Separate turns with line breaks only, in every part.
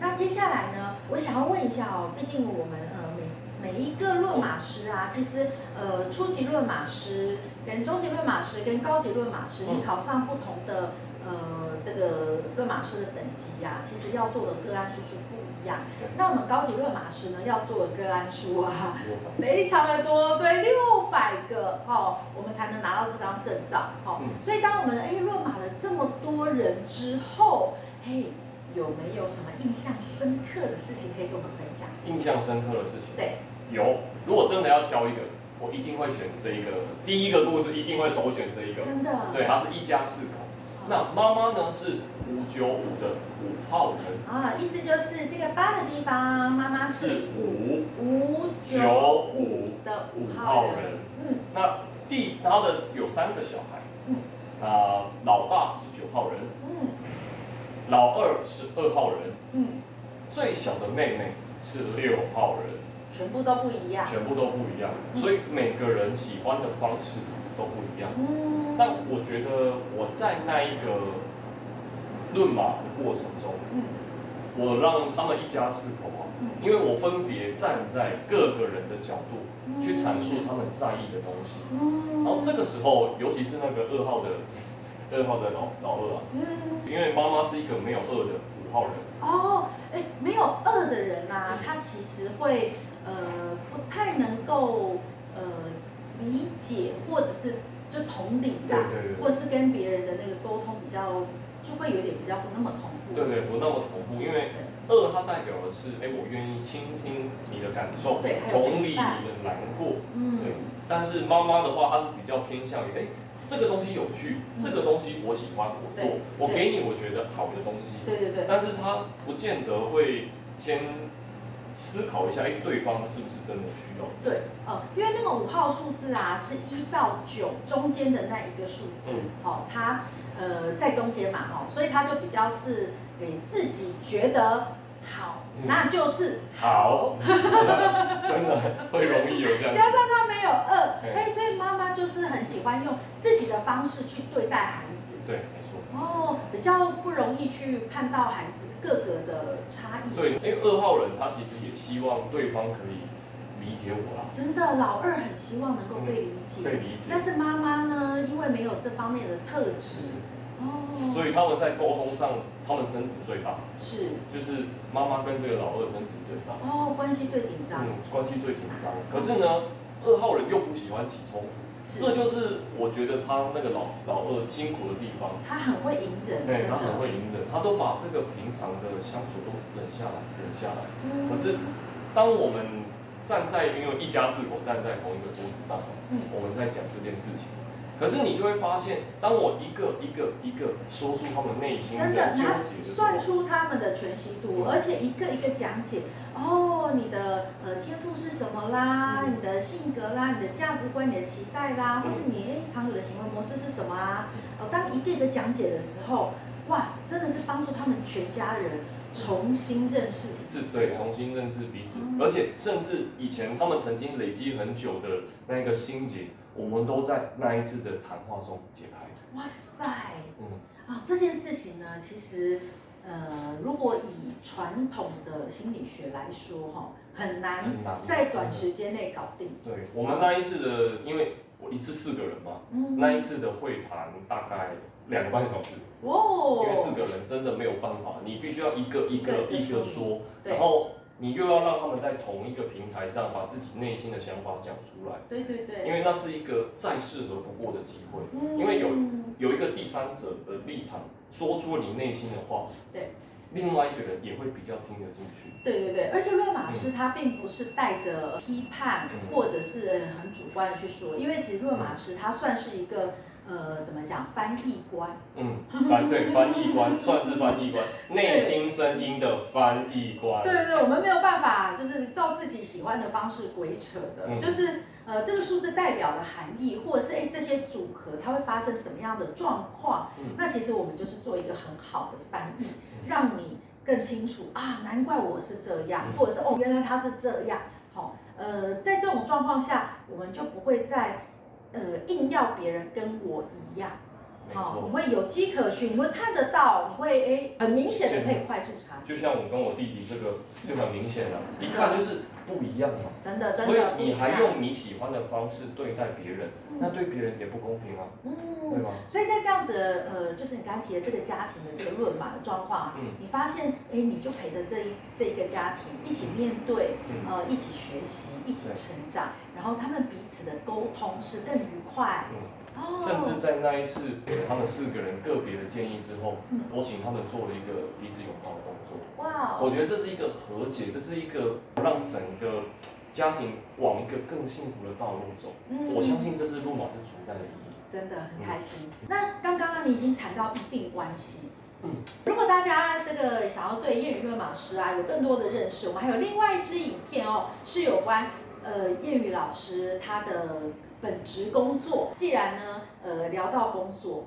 那接下来呢，我想要问一下哦，毕竟我们呃每每一个论马师啊，其实呃初级论马师、跟中级论马师、跟高级论马师，
嗯
你考上不同的呃这个论马师的等级呀、其实要做的个案数是不一样。那我们高级论马师呢，要做的个案数啊，非常的多，对，六百个哦，我们才能拿到这张证照哦。
嗯
所以当我们哎论马了这么多人之后，嘿，有没有什么印象深刻的事情可以跟我们分享？
印象深刻的事情。
对，
有，如果真的要挑一个，我一定会选这一个，第一个故事一定会首选这一个。
真的。哦
对，它是一家四口。那妈妈呢是五九五的五号人，
啊，意思就是这个八的地方，妈妈
是
是
五
五
九
九
五。
的
五
五
号
号
人
人，嗯，
那弟他的有三个小孩，
嗯
啊、老大是九号人，
嗯
老二是二号人，
嗯，
最小的妹妹是六号人。
全部都不一样。
全部都不一样，
嗯
所以每个人喜欢的方式都不一样。
嗯，
但我觉得我在那一个论马的过程中，
嗯
我让他们一家四口啊，
嗯
因为我分别站在各个人的角度
嗯
去阐述他们在意的东西。
嗯，
然后这个时候，尤其是那个二号的二号的老老二啊，
嗯。
因为妈妈是一个没有二的五号人，
哦，哎，没有二的人啊，他其实会呃不太能够呃理解，或者是就同理啦，
对对对
或者是跟别人的那个沟通比较，就会有点比较不那么同步。
对对，不那么同步，因为二它代表的是，哎，我愿意倾听你的感受，
对还有
同理你
陪伴
的难过，
嗯
对。但是妈妈的话，她是比较偏向于，哎，这个东西有趣，这个东西我喜欢，我做
嗯对，
我给你我觉得好的东西，
对对对，
但是她不见得会先思考一下，哎，对方是不是真的需要，
对，呃，因为那个五号数字啊，是一到九中间的那一个数字，
嗯
哦，它呃在中间嘛，哦，所以它就比较是给自己觉得好，
嗯
那就是
好，真的会容易有这样 子
加，上他没有饿，
对
哎，所以妈妈就是很喜欢用自己的方式去对待孩子，
对，没错。
哦，比较不容易去看到孩子各个的差异。
对，因为二号人他其实也希望对方可以理解我啦，
真的，老二很希望能够被理解，
被理解
但，是妈妈呢，因为没有这方面的特质，哦，
所以他们在沟通上，他们争执最大，
是
就是妈妈跟这个老二争执最大，
哦，关系最紧张，
嗯，关系最紧张。可是呢，二号人又不喜欢起冲突，这
是
就是我觉得他那个老老二辛苦的地方。
他很会隐忍，真
对他很
的，
会隐忍，他都把这个平常的相处都忍下来，忍下来。
嗯
可是，当我们站在因为一家四口站在同一个桌子上，
嗯
我们在讲这件事情。可是你就会发现，当我一个一个一个说出他们内心
真的，
纠
他
结的时候
算，出他们的全息图，
嗯
而且一个一个讲解。哦，你的呃天赋是什么啦？
嗯
你的性格啦，你的价值观、你的期待啦，或
嗯
是你诶常有的行为模式是什么啊？哦，当一个一个讲解的时候，哇，真的是帮助他们全家人重新认识哦
自
自己。
己重新认识彼此
嗯，
而且甚至以前他们曾经累积很久的那个心结，我们都在那一次的谈话中解开。
哇塞！
嗯，
啊，这件事情呢，其实，呃，如果以传统的心理学来说，哈，很难
很难
在短时间内搞定。
对我们那一次的，因为我一次四个人嘛，
嗯，
那一次的会谈大概两个半小时，
哇
因
哦，
为四个人真的没有办法，你必须要一个一个
一个一个
一
说
个说，
对
然后你又要让他们在同一个平台上把自己内心的想法讲出来，
对对对，
因为那是一个再适合不过的机会。
嗯
因为有有一个第三者的立场说出你内心的话，
对，
另外一个人也会比较听得进去。
对对对，而且论马师他并不是带着批判
嗯
或者是很主观的去说，因为其实论马师他算是一个呃怎么讲翻译官，
嗯，反对翻译官算是翻译 官，内心声音的翻译官。
对对对，我们没有办法就是照自己喜欢的方式鬼扯的，
嗯
就是呃这个数字代表的含义，或者是哎这些组合它会发生什么样的状况，
嗯
那其实我们就是做一个很好的翻译，让你更清楚啊，难怪我是这样，
嗯
或者是哦原来他是这样，好、呃在这种状况下，我们就不会再呃硬要别人跟我一样。
没
好、
错
你。会有迹可循，你会看得到，你会诶很明显的可以快速察觉，
就像我跟我弟弟这个就很明显了，一看就是不一样嘛。
真的真
所以
的不一
你
样。
还用你喜欢的方式对待别人，那对别人也不公平啊，对
嗯，
吗？
所以在这样子的呃，就是你刚才提的这个家庭的这个论马的状况啊，
嗯
你发现诶，你就陪着这一这一个家庭一起面对，
嗯，
呃，一起学习，一起
对
成长，然后他们彼此的沟通是更愉快。哦，
嗯甚至在那一次给了他们四个人个别的建议之后
嗯，
我请他们做了一个彼此拥抱的动作。
哇
我
哦，
觉得这是一个和解，这是一个让整个家庭往一个更幸福的道路走。
嗯
我相信这是路马是存在的意义。
真的很
嗯
开心。那刚刚啊你已经谈到医病关系，
嗯
如果大家这个想要对谚语论马师啊有更多的认识，我们还有另外一支影片哦，是有关呃谚语老师他的本职工作。既然呢呃聊到工作，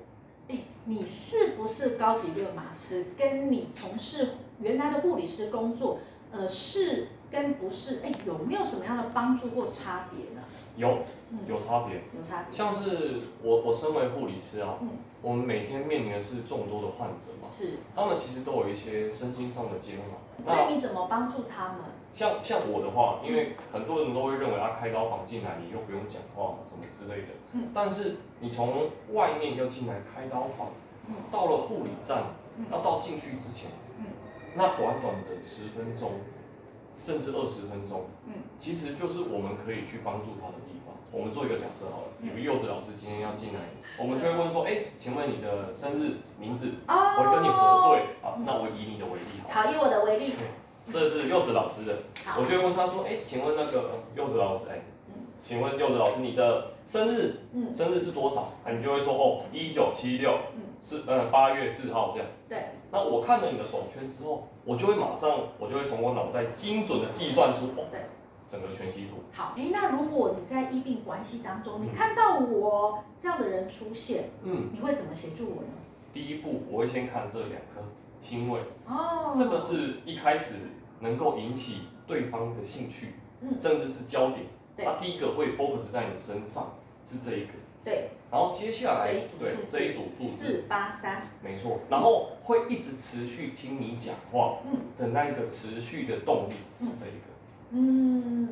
哎，你是不是高级论马师？跟你从事原来的护理师工作，呃是跟不是，哎有没有什么样的帮助或差别呢？
有
嗯
有差别，
有差别？
像是我我身为护理师啊
嗯，
我们每天面临的是众多的患者嘛，
是。
他们其实都有一些身心上的煎熬。
那
那
你怎么帮助他们？
像像我的话，因为
嗯
很多人都会认为啊，开刀房进来你又不用讲话什么之类的，
嗯
但是你从外面要进来开刀房，
嗯
到了护理站
嗯，
然后到进去之前，
嗯
那短短的十分钟，甚至二十分钟，
嗯
其实就是我们可以去帮助他的地方。我们做一个假设好了，比
嗯
如柚子老师今天要进来，我们就会问说，哎、请问你的生日、名字，
哦
我跟你核对，好，那我以你的为例好了，
好，以我的为例，
这是柚子老师的，
好
我，就会问他说，哎、请问那个柚子老师，哎、
嗯
请问柚子老师你的生日
嗯，
生日是多少？啊，你就会说哦，一九七六
嗯，
是呃八月四号这样。
对，
那我看了你的手圈之后，我就会马上，我就会从我脑袋精准的计算出哦
对，
整个全息图。
好。哎，那如果你在医病关系当中，
嗯
你看到我这样的人出现，
嗯，
你会怎么协助我呢？
第一步我会先看这两颗星位，
哦，
这个是一开始能够引起对方的兴趣，
嗯
甚至是焦点。
对
他第一个会 focus 在你身上，是这一个。
对，
然后接下来
这一组
对
数字
这一组数字，
四八三，
没错，然后会一直持续听你讲话
嗯
的那一个持续的动力是这一个，
嗯嗯嗯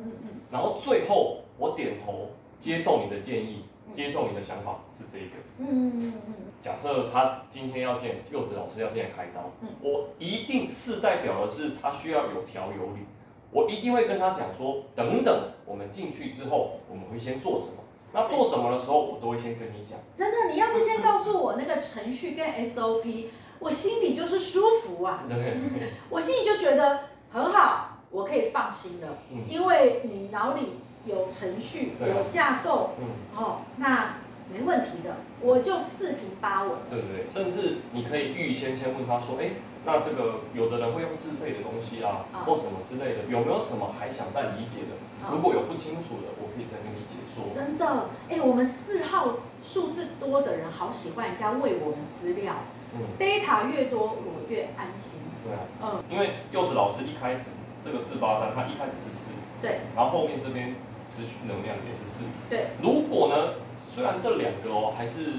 然后最后我点头接受你的建议，
嗯
接受你的想法是这一个。
嗯嗯嗯，
假设他今天要见柚子老师要进来开刀
嗯，
我一定是代表的是他需要有条有理，我一定会跟他讲说，等等，我们进去之后我们会先做什么，那做什么的时候我都会先跟你讲。
真的，你要是先告诉我那个程序跟 SOP，我心里就是舒服啊。
对。
我心里就觉得很好，我可以放心了，
嗯
因为你脑里有程序、
对啊
有架构，
嗯
哦，那没问题的，我就四平八稳。
对对对，甚至你可以预先先问他说，哎，那这个有的人会用自费的东西啊，
啊
或什么之类的，有没有什么还想再理解的？如
哦，
果有不清楚的，我可以再跟你解说。
真的，哎，我们四号数字多的人好喜欢人家喂我们资料
嗯，
，data 越多我越安心。
对啊，
嗯，
因为柚子老师一开始这个四八三，他一开始是四，
对
然后后面这边持续能量也是四。
对，
如果呢，虽然这两个哦还是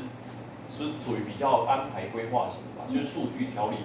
是属于比较安排规划型的吧，
嗯
就是数据条理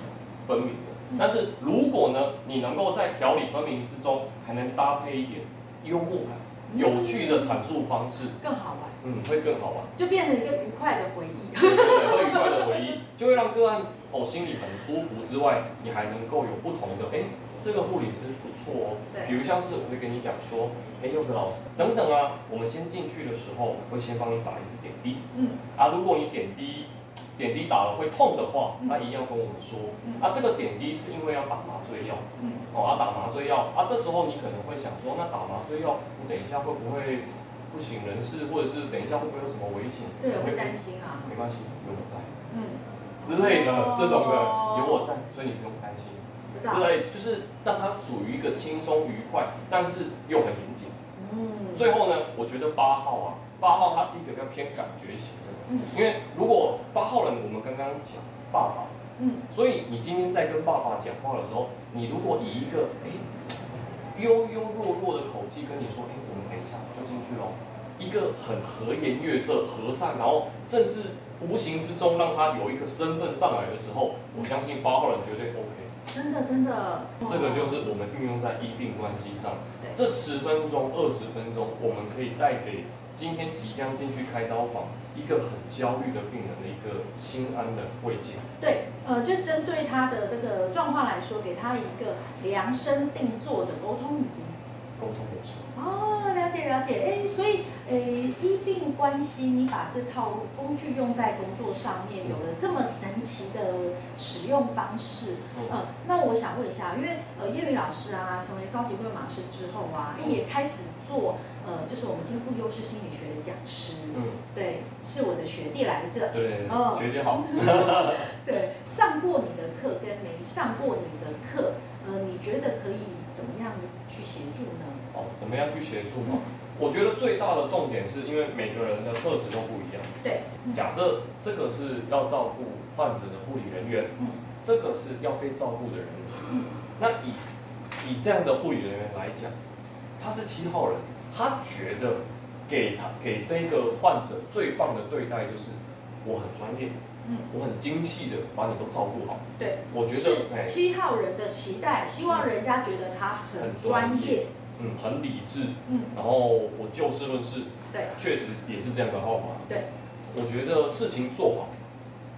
分明的。
嗯
但是如果呢，你能够在条理分明之中，还能搭配一点幽默感、
嗯
有趣的阐述方式，
更好玩，
嗯，会更好玩，
就变成一个愉快的回忆。
对对对，会愉快的回忆，就会让个案哦心里很舒服之外，你还能够有不同的哎。这个护理师不错哦，
对
比如像是我会跟你讲说，哎，柚子老师，等等啊，我们先进去的时候，我会先帮你打一次点滴，
嗯
啊，如果你点滴点滴打了会痛的话，
嗯
他一样跟我们说，
嗯
啊，这个点滴是因为要打麻醉药，
嗯，
哦，啊，打麻醉药，啊，这时候你可能会想说，那打麻醉药，我等一下会不会不省人事，或者是等一下会不会有什么危险？
对，我会担心啊。
没关系，有我在
嗯，
之类的
哦
这种的，有我在，所以你不用担心
知道
之。类的，就是让他处于一个轻松愉快，但是又很严谨。
嗯，
最后呢，我觉得八号啊，八号它是一个比较偏感觉型的。
嗯
因为如果八号人，我们刚刚讲爸爸，
嗯。
所以你今天在跟爸爸讲话的时候，你如果以一个哎悠悠弱弱的口气跟你说，哎，我们等一下就进去喽，一个很和颜悦色、和善，然后甚至无形之中让他有一个身份上来的时候，我相信八号人绝对 OK。
真的真的，
这个就是我们运用在医病关系上
对，
这十分钟、二十分钟，我们可以带给今天即将进去开刀房一个很焦虑的病人的一个心安的慰藉。
对，呃，就针对他的这个状况来说，给他一个量身定做的沟通语言。
沟通有时
哦，了解了解，哎，所以，哎，医病关系，你把这套工具用在工作上面，有了这么神奇的使用方式，
嗯，
呃，那我想问一下，因为呃，叶宇老师啊，成为高级论马师之后啊，诶也开始做呃，就是我们天赋优势心理学的讲师，
嗯，
对，是我的学弟来着，
对
哦，
学姐好。
对，上过你的课跟没上过你的课，呃，你觉得可以怎么样去协助呢？
哦，怎么样去协助哦？我觉得最大的重点是因为每个人的特质都不一样。
对，嗯
假设这个是要照顾患者的护理人员，
嗯
这个是要被照顾的人
嗯。
那以以这样的护理人员来讲，他是七号人，他觉得给他给这个患者最棒的对待就是我很专业，
嗯，
我很精细的把你都照顾好。
对，
我觉得哎
是，七号人的期待，希望人家觉得他很
很
专
专
业
业，嗯，很理智，
嗯，
然后我就事论事，
对，
确实也是这样的号码。
对，
我觉得事情做好，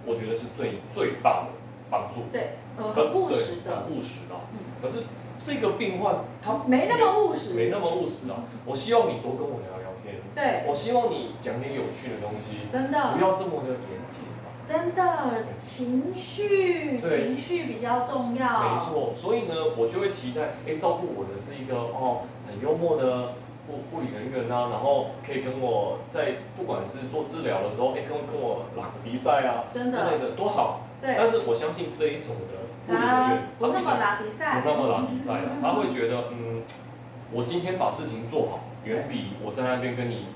我觉得是最最大的帮助。
对，呃，
可是
很务实
对
的，
很务实的。
嗯
可是这个病患他
没那么务
没
实，
那么务实啊。我希望你多跟我聊聊天，
对，嗯
我希望你讲点有趣的东西，
真的
不，要这么的严谨啊嘛。
真的，情绪，
对
情绪比较重要，
没，错，所以呢，我就会期待，哎，照顾我的是一个哦很幽默的护护理人员啊呐、然后可以跟我在不管是做治疗的时候，哎，跟我跟我朗迪赛啊之
真
类
的，
的多好。但
对，
是我相信这一种的护理人
他
员，
不那么
比
拉比
较
赛，
不那么朗迪赛啊，他会觉得嗯，我今天把事情做好，远比我在那边跟你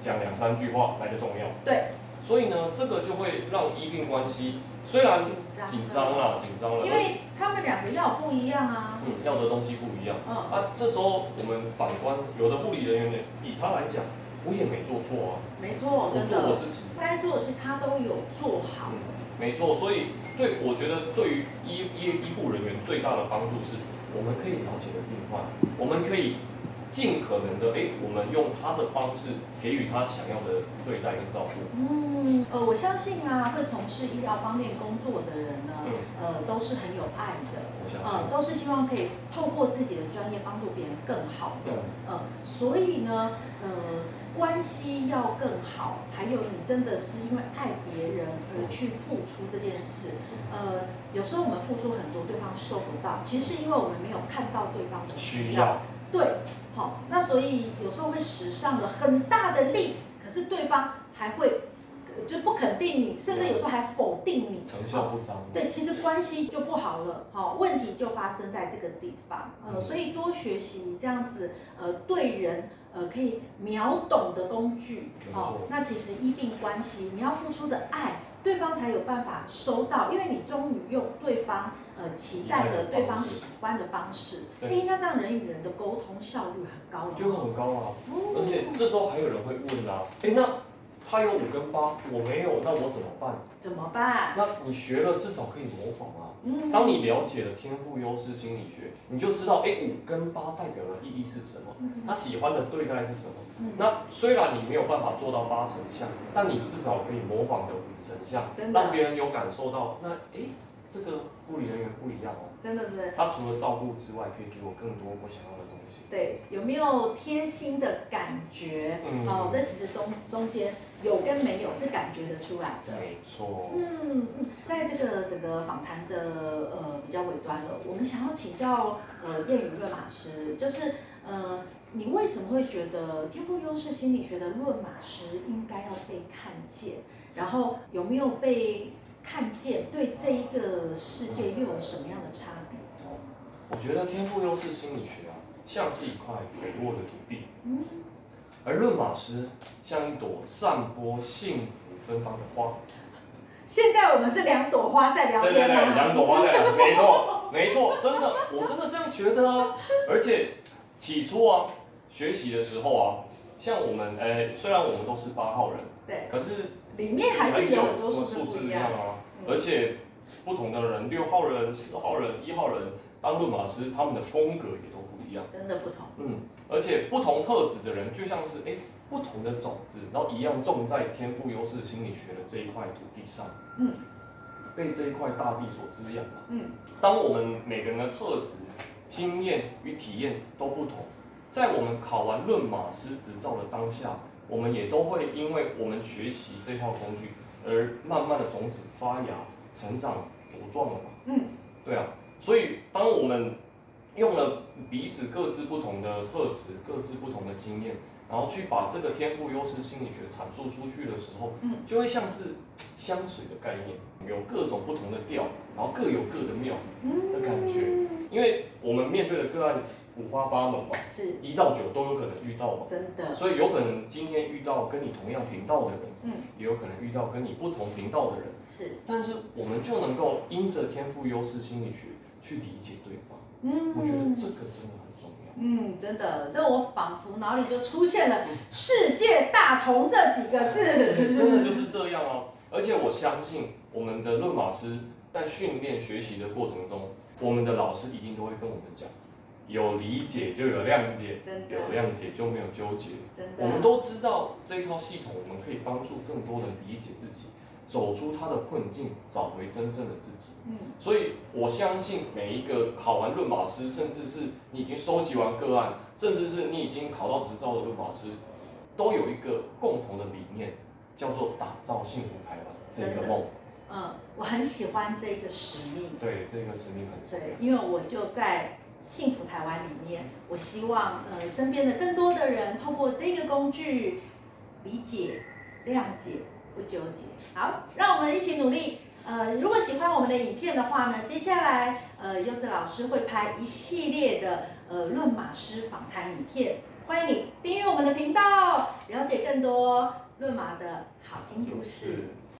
讲两三句话来的重要。
对，
所以呢，这个就会让医病关系虽然
紧张，
紧张啦，紧张了，
因为他们两个要不一样啊，
嗯要的东西不一样。
嗯，
啊，这时候我们反观有的护理人员呢，以他来讲，我也没做错啊，
没错，
我
真
做我
的，
自己，
该做的事他都有做好，
没错。所以对我觉得对于医医医护人员最大的帮助是，我们可以了解的病患，我们可以尽可能的，哎，我们用他的方式给予他想要的对待跟照顾。
嗯，呃，我相信啊，会从事医疗方面工作的人呢，
嗯，
呃，都是很有爱的，
我相
呃，
信。
都是希望可以透过自己的专业帮助别人更好的，
嗯
呃，所以呢，呃，关系要更好，还有你真的是因为爱别人而去付出这件事，呃，有时候我们付出很多，对方收不到，其实是因为我们没有看到对方的
需要，
对，好、那所以有时候会使上了很大的力，可是对方还会呃就不肯定你，甚至有时候还否定你，
成效不彰。
对，其实关系就不好了，好、问题就发生在这个地方，呃，
嗯
所以多学习这样子，呃，对人，呃，可以秒懂的工具，
没
好、
错
那其实医病关系，你要付出的爱，对方才有办法收到，因为你终于用对方呃期待的、
期待的
对方
方式
喜欢的方式，
对
诶，那这样人与人的沟通效率很高了，
就会很高啊。
嗯
而且这时候还有人会问啦、哎，那他有五跟八，我没有，那我怎么办？
怎么办？
那你学了至少可以模仿啊。
嗯
当你了解了天赋优势心理学，你就知道，哎，五跟八代表的意义是什么，他喜欢的对待是什么。
嗯
啊那虽然你没有办法做到八成像，但你至少可以模仿的五成像，
真的啊
让别人有感受到，那哎，这个护理人员不一样哦，
真的真的。
他除了照顾之外，可以给我更多我想要的东西。
对，有没有贴心的感觉？
嗯
哦，这其实中中间有跟没有是感觉得出来的。
没错，
嗯，嗯在这个整个访谈的呃比较尾端了，我们想要请教呃谚语论马师，就是呃你为什么会觉得天赋优势心理学的论马师应该要被看见？然后有没有被看见？对这一个世界又有什么样的差别？
我觉得天赋优势心理学啊，像是一块肥沃的土地，
嗯
而论马师像一朵散播幸福芬芳的花。
现在我们是两朵花在聊
对对
天啊
对，
吗？
两朵花在两，没错，没错，真的，我真的这样觉得啊。而且起初啊，学习的时候啊，像我们，哎，虽然我们都是八号人，
对，
可是
里面还是有很多数字不
字
一
一
样嗯
样。啊，而且不同的人，六号人、四号人、一号人当论马师，他们的风格也都不一样。
真的不同，
嗯，而且不同特质的人，就像是哎、不同的种子，然后一样种在天赋优势心理学的这一块土地上，
嗯，
被这一块大地所滋养嘛，
嗯，
当我们每个人的特质、经验与体验都不同，在我们考完论马师执照的当下，我们也都会因为我们学习这套工具而慢慢的种子发芽、成长、茁壮了嘛，
嗯，
对啊，所以当我们用了彼此各自不同的特质、各自不同的经验，然后去把这个天赋优势心理学阐述出去的时候，
嗯，
就会像是香水的概念，有各种不同的调，然后各有各的妙。
嗯
的感觉因为我们面对的个案五花八门嘛，
是
一到九都有可能遇到嘛，
真的，
所以有可能今天遇到跟你同样频道的人，
嗯，
也有可能遇到跟你不同频道的人，
是，
但是我们就能够因着天赋优势心理学去理解对方，
嗯
我觉得这个真的很重要。
嗯，真的，所以我仿佛脑里就出现了“世界大同”这几个字。
真的就是这样哦。而且我相信我们的论马师在训练学习的过程中，我们的老师一定都会跟我们讲，有理解就有谅解，
真
有
的，
谅解就没有纠结。
真
我们
的，
都知道这套系统，我们可以帮助更多人理解自己，走出他的困境，找回真正的自己。
嗯，
所以我相信每一个考完论马师，甚至是你已经收集完个案，甚至是你已经考到执照的论马师，都有一个共同的理念，叫做打造幸福台湾这个梦。
嗯，我很喜欢这个使命。
对，这个使命很重
对
要。，
因为我就在幸福台湾里面，我希望呃身边的更多的人通过这个工具理解、谅解、不纠结。好，让我们一起努力。呃，如果喜欢我们的影片的话呢，接下来呃柚子老师会拍一系列的呃论马师访谈影片，欢迎你订阅我们的频道，了解更多论马的好听故事。